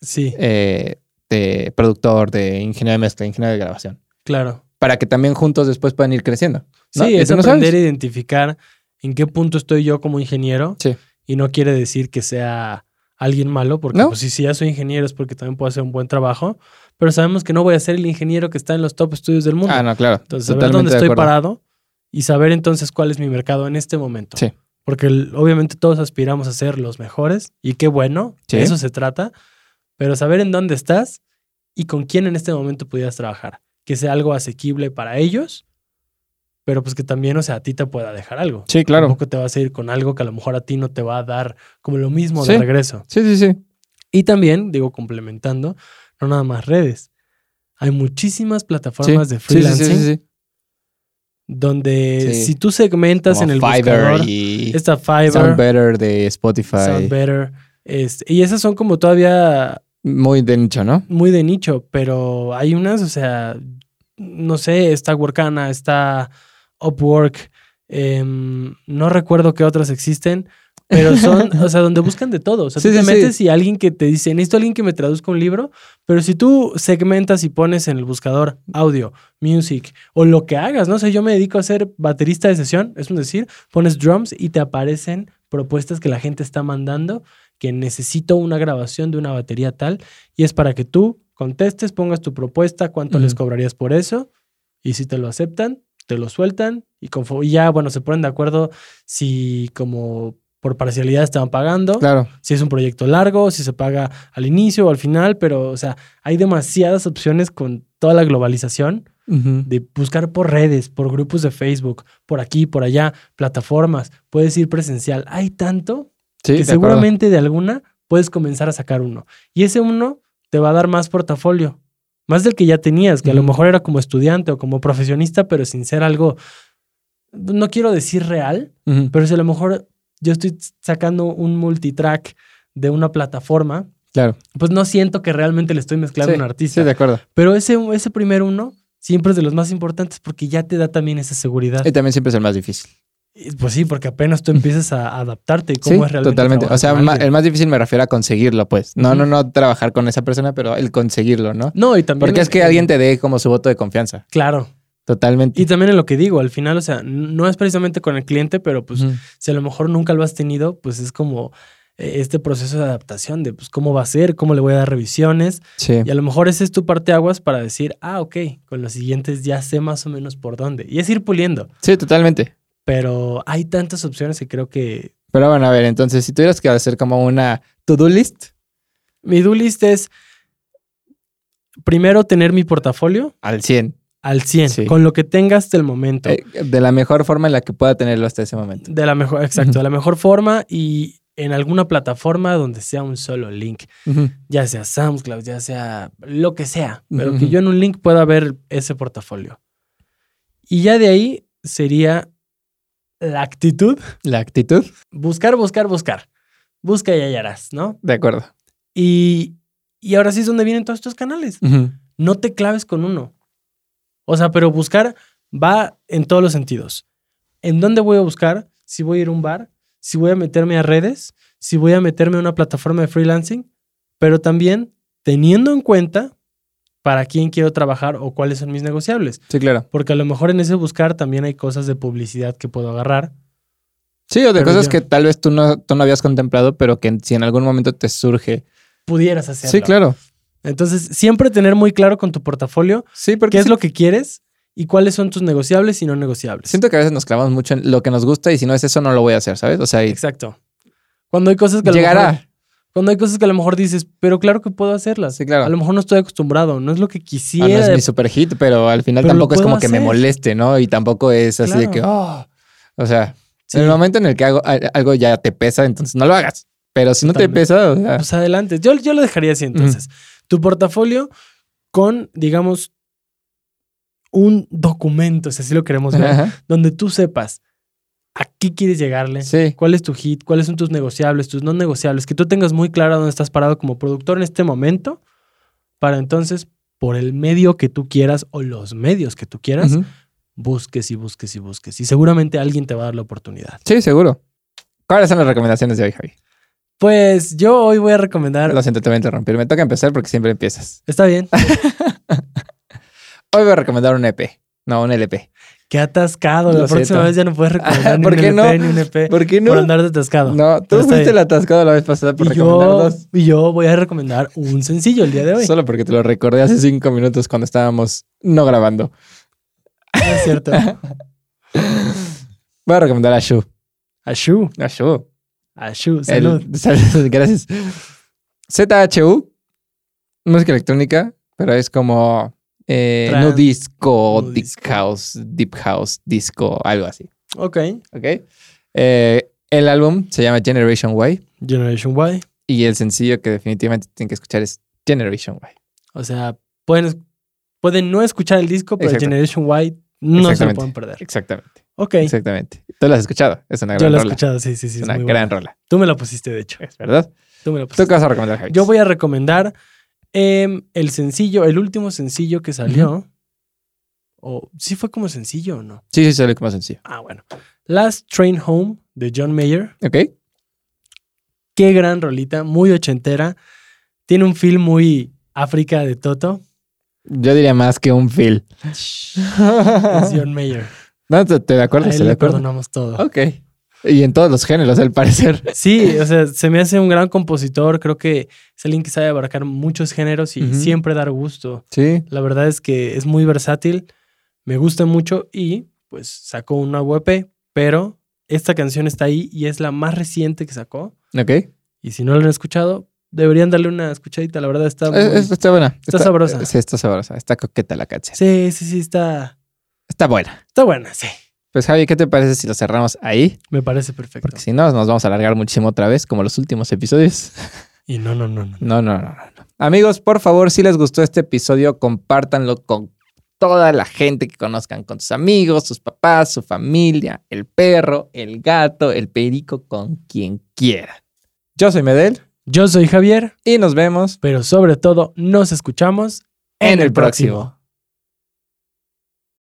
Speaker 2: Sí,
Speaker 1: eh, de productor, de ingeniero de mezcla, ingeniero de grabación.
Speaker 2: claro.
Speaker 1: Para que también juntos después puedan ir creciendo. ¿no?
Speaker 2: Sí,
Speaker 1: Y
Speaker 2: es
Speaker 1: tú no sabes.
Speaker 2: aprender a identificar en qué punto estoy yo como ingeniero.
Speaker 1: Sí.
Speaker 2: Y no quiere decir que sea alguien malo, porque
Speaker 1: No.
Speaker 2: pues, sí, si ya soy ingeniero es porque también puedo hacer un buen trabajo, pero sabemos que no voy a ser el ingeniero que está en los top estudios del mundo.
Speaker 1: Ah, no, claro.
Speaker 2: Entonces, saber dónde
Speaker 1: de
Speaker 2: estoy
Speaker 1: acuerdo.
Speaker 2: parado y saber entonces cuál es mi mercado en este momento.
Speaker 1: Sí.
Speaker 2: Porque el- obviamente todos aspiramos a ser los mejores y qué bueno,
Speaker 1: Sí.
Speaker 2: de eso se trata, pero saber en dónde estás y con quién en este momento pudieras trabajar, que sea algo asequible para ellos, pero pues que también, o sea, a ti te pueda dejar algo.
Speaker 1: Sí, claro.
Speaker 2: Tampoco te vas a ir con algo que a lo mejor a ti no te va a dar como lo mismo de
Speaker 1: Sí.
Speaker 2: regreso.
Speaker 1: Sí, sí, sí.
Speaker 2: Y también, digo, complementando, no nada más redes. Hay muchísimas
Speaker 1: Sí.
Speaker 2: plataformas de
Speaker 1: Sí, sí, sí,
Speaker 2: freelancing
Speaker 1: sí, sí.
Speaker 2: donde
Speaker 1: Sí.
Speaker 2: si tú segmentas
Speaker 1: Como
Speaker 2: en el
Speaker 1: Fiverr
Speaker 2: buscador,
Speaker 1: y
Speaker 2: está Fiverr,
Speaker 1: Sound
Speaker 2: Sound
Speaker 1: Better de
Speaker 2: Better,
Speaker 1: Spotify.
Speaker 2: este, y esas son como todavía
Speaker 1: Muy de nicho, ¿no?
Speaker 2: muy de nicho, pero hay unas, o sea, no sé, está Workana, está Upwork, em, no recuerdo qué otras existen, pero son, o sea, donde buscan de todo. O sea,
Speaker 1: Sí,
Speaker 2: tú te
Speaker 1: sí, sí.
Speaker 2: metes y alguien que te dice, necesito alguien que me traduzca un libro, pero si tú segmentas y pones en el buscador audio, music o lo que hagas, no sé, yo me dedico a ser baterista de sesión, es un decir, pones drums y te aparecen propuestas que la gente está mandando que necesito una grabación de una batería tal y es para que tú contestes, pongas tu propuesta, cuánto les
Speaker 1: Ujú.
Speaker 2: cobrarías por eso Y si te lo aceptan, te lo sueltan y, confo- y ya, bueno, se ponen de acuerdo si como por parcialidad estaban pagando,
Speaker 1: Claro.
Speaker 2: si es un proyecto largo, si se paga al inicio o al final, pero, o sea, hay demasiadas opciones con toda la globalización de buscar por redes, por grupos de Facebook, por aquí, por allá, plataformas, puedes ir presencial. Hay tanto
Speaker 1: Sí,
Speaker 2: que
Speaker 1: de acuerdo.
Speaker 2: seguramente de alguna puedes comenzar a sacar uno. Y ese uno te va a dar más portafolio, más del que ya tenías, que a lo
Speaker 1: Ujú.
Speaker 2: mejor era como estudiante o como profesionista, pero sin ser algo, no quiero decir real,
Speaker 1: Ujú.
Speaker 2: pero si a lo mejor yo estoy sacando un multitrack de una plataforma,
Speaker 1: Claro.
Speaker 2: pues no siento que realmente le estoy mezclando
Speaker 1: Sí,
Speaker 2: a un artista.
Speaker 1: Sí, de acuerdo.
Speaker 2: Pero ese, ese primer uno siempre es de los más importantes porque ya te da también esa seguridad.
Speaker 1: Y también siempre es el más difícil.
Speaker 2: Y, Pues sí, porque apenas tú empiezas a adaptarte y cómo
Speaker 1: sí,
Speaker 2: es realmente.
Speaker 1: totalmente.
Speaker 2: trabajar
Speaker 1: O sea,
Speaker 2: con
Speaker 1: ma-
Speaker 2: alguien.
Speaker 1: el más difícil me refiero a conseguirlo, pues. No,
Speaker 2: Ujú.
Speaker 1: no, no trabajar con esa persona, pero el conseguirlo, ¿no?
Speaker 2: No, y también.
Speaker 1: Porque es que
Speaker 2: eh,
Speaker 1: alguien te dé como su voto de confianza.
Speaker 2: Claro.
Speaker 1: Totalmente.
Speaker 2: Y también en lo que digo, al final, o sea, n- no es precisamente con el cliente, pero pues
Speaker 1: Ujú.
Speaker 2: si a lo mejor nunca lo has tenido, pues es como eh, este proceso de adaptación de pues cómo va a ser, cómo le voy a dar revisiones.
Speaker 1: Sí.
Speaker 2: Y a lo mejor ese es tu parteaguas para decir, ah, ok, con los siguientes ya sé más o menos por dónde. Y es ir puliendo.
Speaker 1: Sí, totalmente.
Speaker 2: Pero hay tantas opciones que creo que
Speaker 1: Pero bueno, a ver, entonces, si tuvieras que hacer como una to-do list,
Speaker 2: Mi do list es primero tener mi portafolio
Speaker 1: al 100.
Speaker 2: al 100,
Speaker 1: Sí.
Speaker 2: con lo que tenga hasta el momento.
Speaker 1: eh, de la mejor forma en la que pueda tenerlo hasta ese momento.
Speaker 2: De la mejor, exacto,
Speaker 1: Ujú.
Speaker 2: de la mejor forma y en alguna plataforma donde sea un solo link,
Speaker 1: Ujú.
Speaker 2: ya sea SoundCloud, ya sea lo que sea, pero
Speaker 1: Ujú.
Speaker 2: que yo en un link pueda ver ese portafolio. Y ya de ahí sería la actitud,
Speaker 1: La actitud,
Speaker 2: buscar, buscar, buscar. Busca y hallarás, ¿no?
Speaker 1: de acuerdo.
Speaker 2: Y, y ahora sí es donde vienen todos estos canales.
Speaker 1: Ujú.
Speaker 2: no te claves con uno. O sea, pero buscar va en todos los sentidos. ¿En dónde voy a buscar? Si voy a ir a un bar, si voy a meterme a redes, si voy a meterme a una plataforma de freelancing, pero también teniendo en cuenta para quién quiero trabajar o cuáles son mis negociables.
Speaker 1: Sí, claro.
Speaker 2: Porque a lo mejor en ese buscar también hay cosas de publicidad que puedo agarrar.
Speaker 1: Sí, o de
Speaker 2: Pero
Speaker 1: cosas
Speaker 2: ya.
Speaker 1: que tal vez tú no, tú no habías contemplado, pero que en- si en algún momento te surge.
Speaker 2: Pudieras hacerlo.
Speaker 1: Sí, claro.
Speaker 2: Entonces, siempre tener muy claro con tu portafolio
Speaker 1: Sí, porque
Speaker 2: qué es
Speaker 1: sí-
Speaker 2: lo que quieres y cuáles son tus negociables y no negociables.
Speaker 1: siento que a veces nos clavamos mucho en lo que nos gusta y si no es eso, no lo voy a hacer, ¿sabes? O sea, y
Speaker 2: Exacto. Cuando hay cosas que a lo mejor-
Speaker 1: llegará.
Speaker 2: cuando hay cosas que a lo mejor dices, pero claro que puedo hacerlas.
Speaker 1: Sí, claro.
Speaker 2: A lo mejor no estoy acostumbrado, no es lo que
Speaker 1: Ah,
Speaker 2: quisiera.
Speaker 1: no es
Speaker 2: de-
Speaker 1: mi super hit, pero al final
Speaker 2: Pero lo
Speaker 1: tampoco es
Speaker 2: puedo
Speaker 1: como que me
Speaker 2: hacer.
Speaker 1: moleste, ¿no? Y tampoco es así de que, oh, o sea,
Speaker 2: Sí.
Speaker 1: en el momento en el que hago, a- algo ya te pesa, entonces no lo hagas. Pero si no
Speaker 2: Totalmente.
Speaker 1: te pesa, o sea,
Speaker 2: Pues adelante. Yo, yo lo dejaría así entonces. Tu portafolio con, digamos, un documento, si así lo queremos ver,
Speaker 1: ajá,
Speaker 2: donde tú sepas a qué quieres llegarle,
Speaker 1: sí,
Speaker 2: cuál es tu hit, cuáles son tus negociables, tus no negociables, que tú tengas muy claro dónde estás parado como productor en este momento, para entonces, por el medio que tú quieras o los medios que tú quieras,
Speaker 1: ujú.
Speaker 2: busques y busques y busques. Y seguramente alguien te va a dar la oportunidad.
Speaker 1: sí, seguro. ¿Cuáles son las recomendaciones de hoy, Javi?
Speaker 2: Pues yo hoy voy a recomendar.
Speaker 1: Lo siento, te voy a interrumpir. Me toca empezar porque siempre empiezas.
Speaker 2: Está bien.
Speaker 1: Hoy voy a recomendar un EP. No, un LP.
Speaker 2: Qué atascado.
Speaker 1: Lo
Speaker 2: La próxima
Speaker 1: siento.
Speaker 2: vez ya no puedes recomendar ni
Speaker 1: ¿por
Speaker 2: un
Speaker 1: qué
Speaker 2: LP
Speaker 1: no?
Speaker 2: ni un EP
Speaker 1: ¿Por qué no?
Speaker 2: por andar de atascado.
Speaker 1: No, tú
Speaker 2: Pero está
Speaker 1: fuiste
Speaker 2: bien.
Speaker 1: el atascado la vez pasada por
Speaker 2: eh, y,
Speaker 1: recomendar
Speaker 2: yo,
Speaker 1: dos.
Speaker 2: y yo voy a recomendar un sencillo el día de hoy.
Speaker 1: Solo porque te lo recordé hace cinco minutos cuando estábamos no grabando.
Speaker 2: No es cierto.
Speaker 1: Voy a recomendar a Shu.
Speaker 2: Ashu.
Speaker 1: A Shu.
Speaker 2: Ashu.
Speaker 1: El-
Speaker 2: Salud.
Speaker 1: salud, gracias. ZHU, música electrónica, pero es como eh,
Speaker 2: Trans-
Speaker 1: no disco,
Speaker 2: nu
Speaker 1: deep
Speaker 2: disco.
Speaker 1: house, deep house, disco, algo así.
Speaker 2: Ok.
Speaker 1: ¿Ok? Eh, el álbum se llama Generation Y
Speaker 2: Generation Y.
Speaker 1: y el sencillo que definitivamente tienen que escuchar es Generation Y.
Speaker 2: O sea, pueden, pueden no escuchar el disco, pero
Speaker 1: Exacto.
Speaker 2: Generation Y no se lo
Speaker 1: Exactamente.
Speaker 2: pueden perder.
Speaker 1: Exactamente,
Speaker 2: Ok.
Speaker 1: exactamente. Tú lo has escuchado, es una gran
Speaker 2: Yo lo he
Speaker 1: rola.
Speaker 2: escuchado. Sí, sí, sí.
Speaker 1: Es
Speaker 2: es
Speaker 1: una
Speaker 2: muy
Speaker 1: gran
Speaker 2: buena.
Speaker 1: rola,
Speaker 2: Tú me la pusiste, de hecho.
Speaker 1: es verdad.
Speaker 2: Tú me la
Speaker 1: ¿Tú
Speaker 2: pusiste.
Speaker 1: qué vas a recomendar, Javi?
Speaker 2: Yo voy a recomendar em, el sencillo, el último sencillo que salió. O sí fue como sencillo o no.
Speaker 1: Sí, sí, sale como sencillo.
Speaker 2: Ah, bueno. Last Train Home de John Mayer.
Speaker 1: ¿Ok?
Speaker 2: Qué gran rolita, muy ochentera. Tiene un feel muy África de Toto.
Speaker 1: Yo diría más que un feel.
Speaker 2: Es John Mayer.
Speaker 1: No, te, te de
Speaker 2: A
Speaker 1: acuerdo,
Speaker 2: él
Speaker 1: estoy de
Speaker 2: le
Speaker 1: acuerdo.
Speaker 2: perdonamos todo.
Speaker 1: Ok. Y en todos los géneros, al parecer.
Speaker 2: Sí, o sea, se me hace un gran compositor. Creo que es alguien que sabe abarcar muchos géneros y
Speaker 1: Ujú.
Speaker 2: siempre dar gusto.
Speaker 1: Sí.
Speaker 2: La verdad es que es muy versátil. me gusta mucho y pues sacó una UEP, pero esta canción está ahí y es la más reciente que sacó.
Speaker 1: Ok.
Speaker 2: Y si no la han escuchado, deberían darle una escuchadita, la verdad está muy...
Speaker 1: Es- es- está buena. Está,
Speaker 2: sabrosa.
Speaker 1: Sí, está sabrosa. Está coqueta la canción.
Speaker 2: Sí, sí, sí, está,
Speaker 1: Está buena.
Speaker 2: está buena, sí.
Speaker 1: Pues Javi, ¿qué te parece si lo cerramos ahí?
Speaker 2: Me parece perfecto.
Speaker 1: Porque si no, nos vamos a alargar muchísimo otra vez, como los últimos episodios.
Speaker 2: Y no, no, no, no.
Speaker 1: No, no, no, no, no. Amigos, por favor, si les gustó este episodio, compártanlo con toda la gente que conozcan, con sus amigos, sus papás, su familia, el perro, el gato, el perico, con quien quieran. Yo soy Medel
Speaker 2: Yo soy Javier,
Speaker 1: y nos vemos
Speaker 2: pero sobre todo nos escuchamos
Speaker 1: en el próximo.